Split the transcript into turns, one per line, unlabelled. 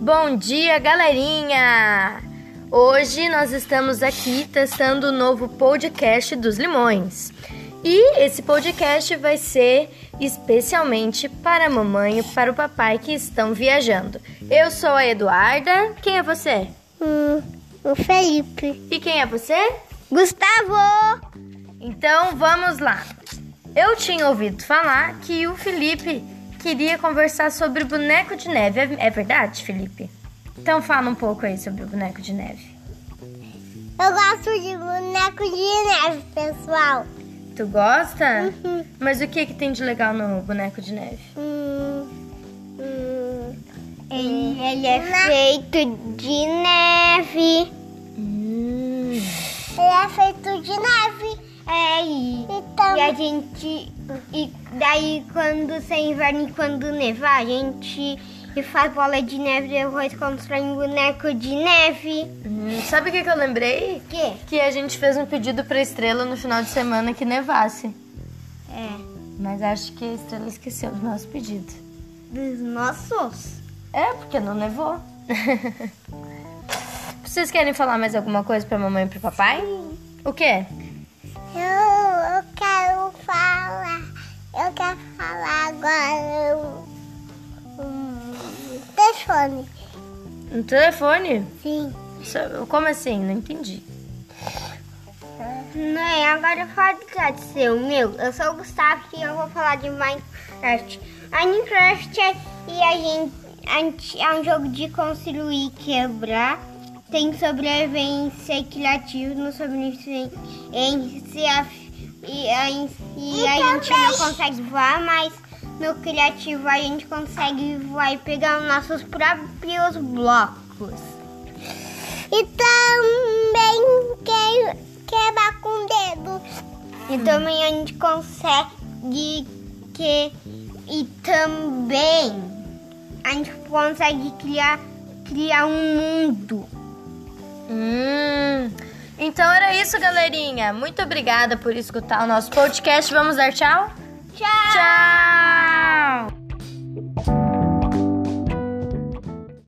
Bom dia, galerinha! Hoje nós estamos aqui testando o novo podcast dos Limões. E esse podcast vai ser especialmente para a mamãe e para o papai que estão viajando. Eu sou a Eduarda. Quem é você?
Hum, o Felipe.
E quem é você?
Gustavo!
Então vamos lá. Eu tinha ouvido falar que o Felipe queria conversar sobre o boneco de neve. É é verdade, Felipe? Então fala um pouco aí sobre o boneco de neve.
Eu gosto de boneco de neve, pessoal.
Tu gosta?
Uhum.
Mas o que que tem de legal no boneco de neve?
Hum, hum, ele, é feito de neve.
Hum.
Ele é feito de neve. É, e, e a gente. E daí quando se inverno e quando nevar, a gente faz bola de neve e depois constrói um boneco de neve.
Hum, Sabe o que que eu lembrei?
quê?
Que a gente fez um pedido pra estrela no final de semana que nevasse.
É.
Mas acho que a estrela esqueceu do nosso pedido.
Dos nossos.
É, porque não nevou. Vocês querem falar mais alguma coisa pra mamãe e pro papai? O quê?
Eu, eu quero falar. Eu quero falar agora um, um telefone.
No telefone?
Sim.
So- Como assim? Não entendi.
Não, agora pode ser o meu. Eu sou o Gustavo e eu vou falar de Minecraft. Minecraft é, e a gente, a gente- é um jogo de construir e quebrar. Tem sobrevivência criativa no sobrevivência e, a- e a gente não consegue voar, mas no criativo a gente consegue voar e pegar os nossos próprios blocos. E também que- quebrar com o dedo. E também a gente consegue que e também a gente consegue criar criar um mundo.
Hum. Então era isso, galerinha. Muito obrigada por escutar o nosso podcast. Vamos dar tchau?
Tchau.
Tchau!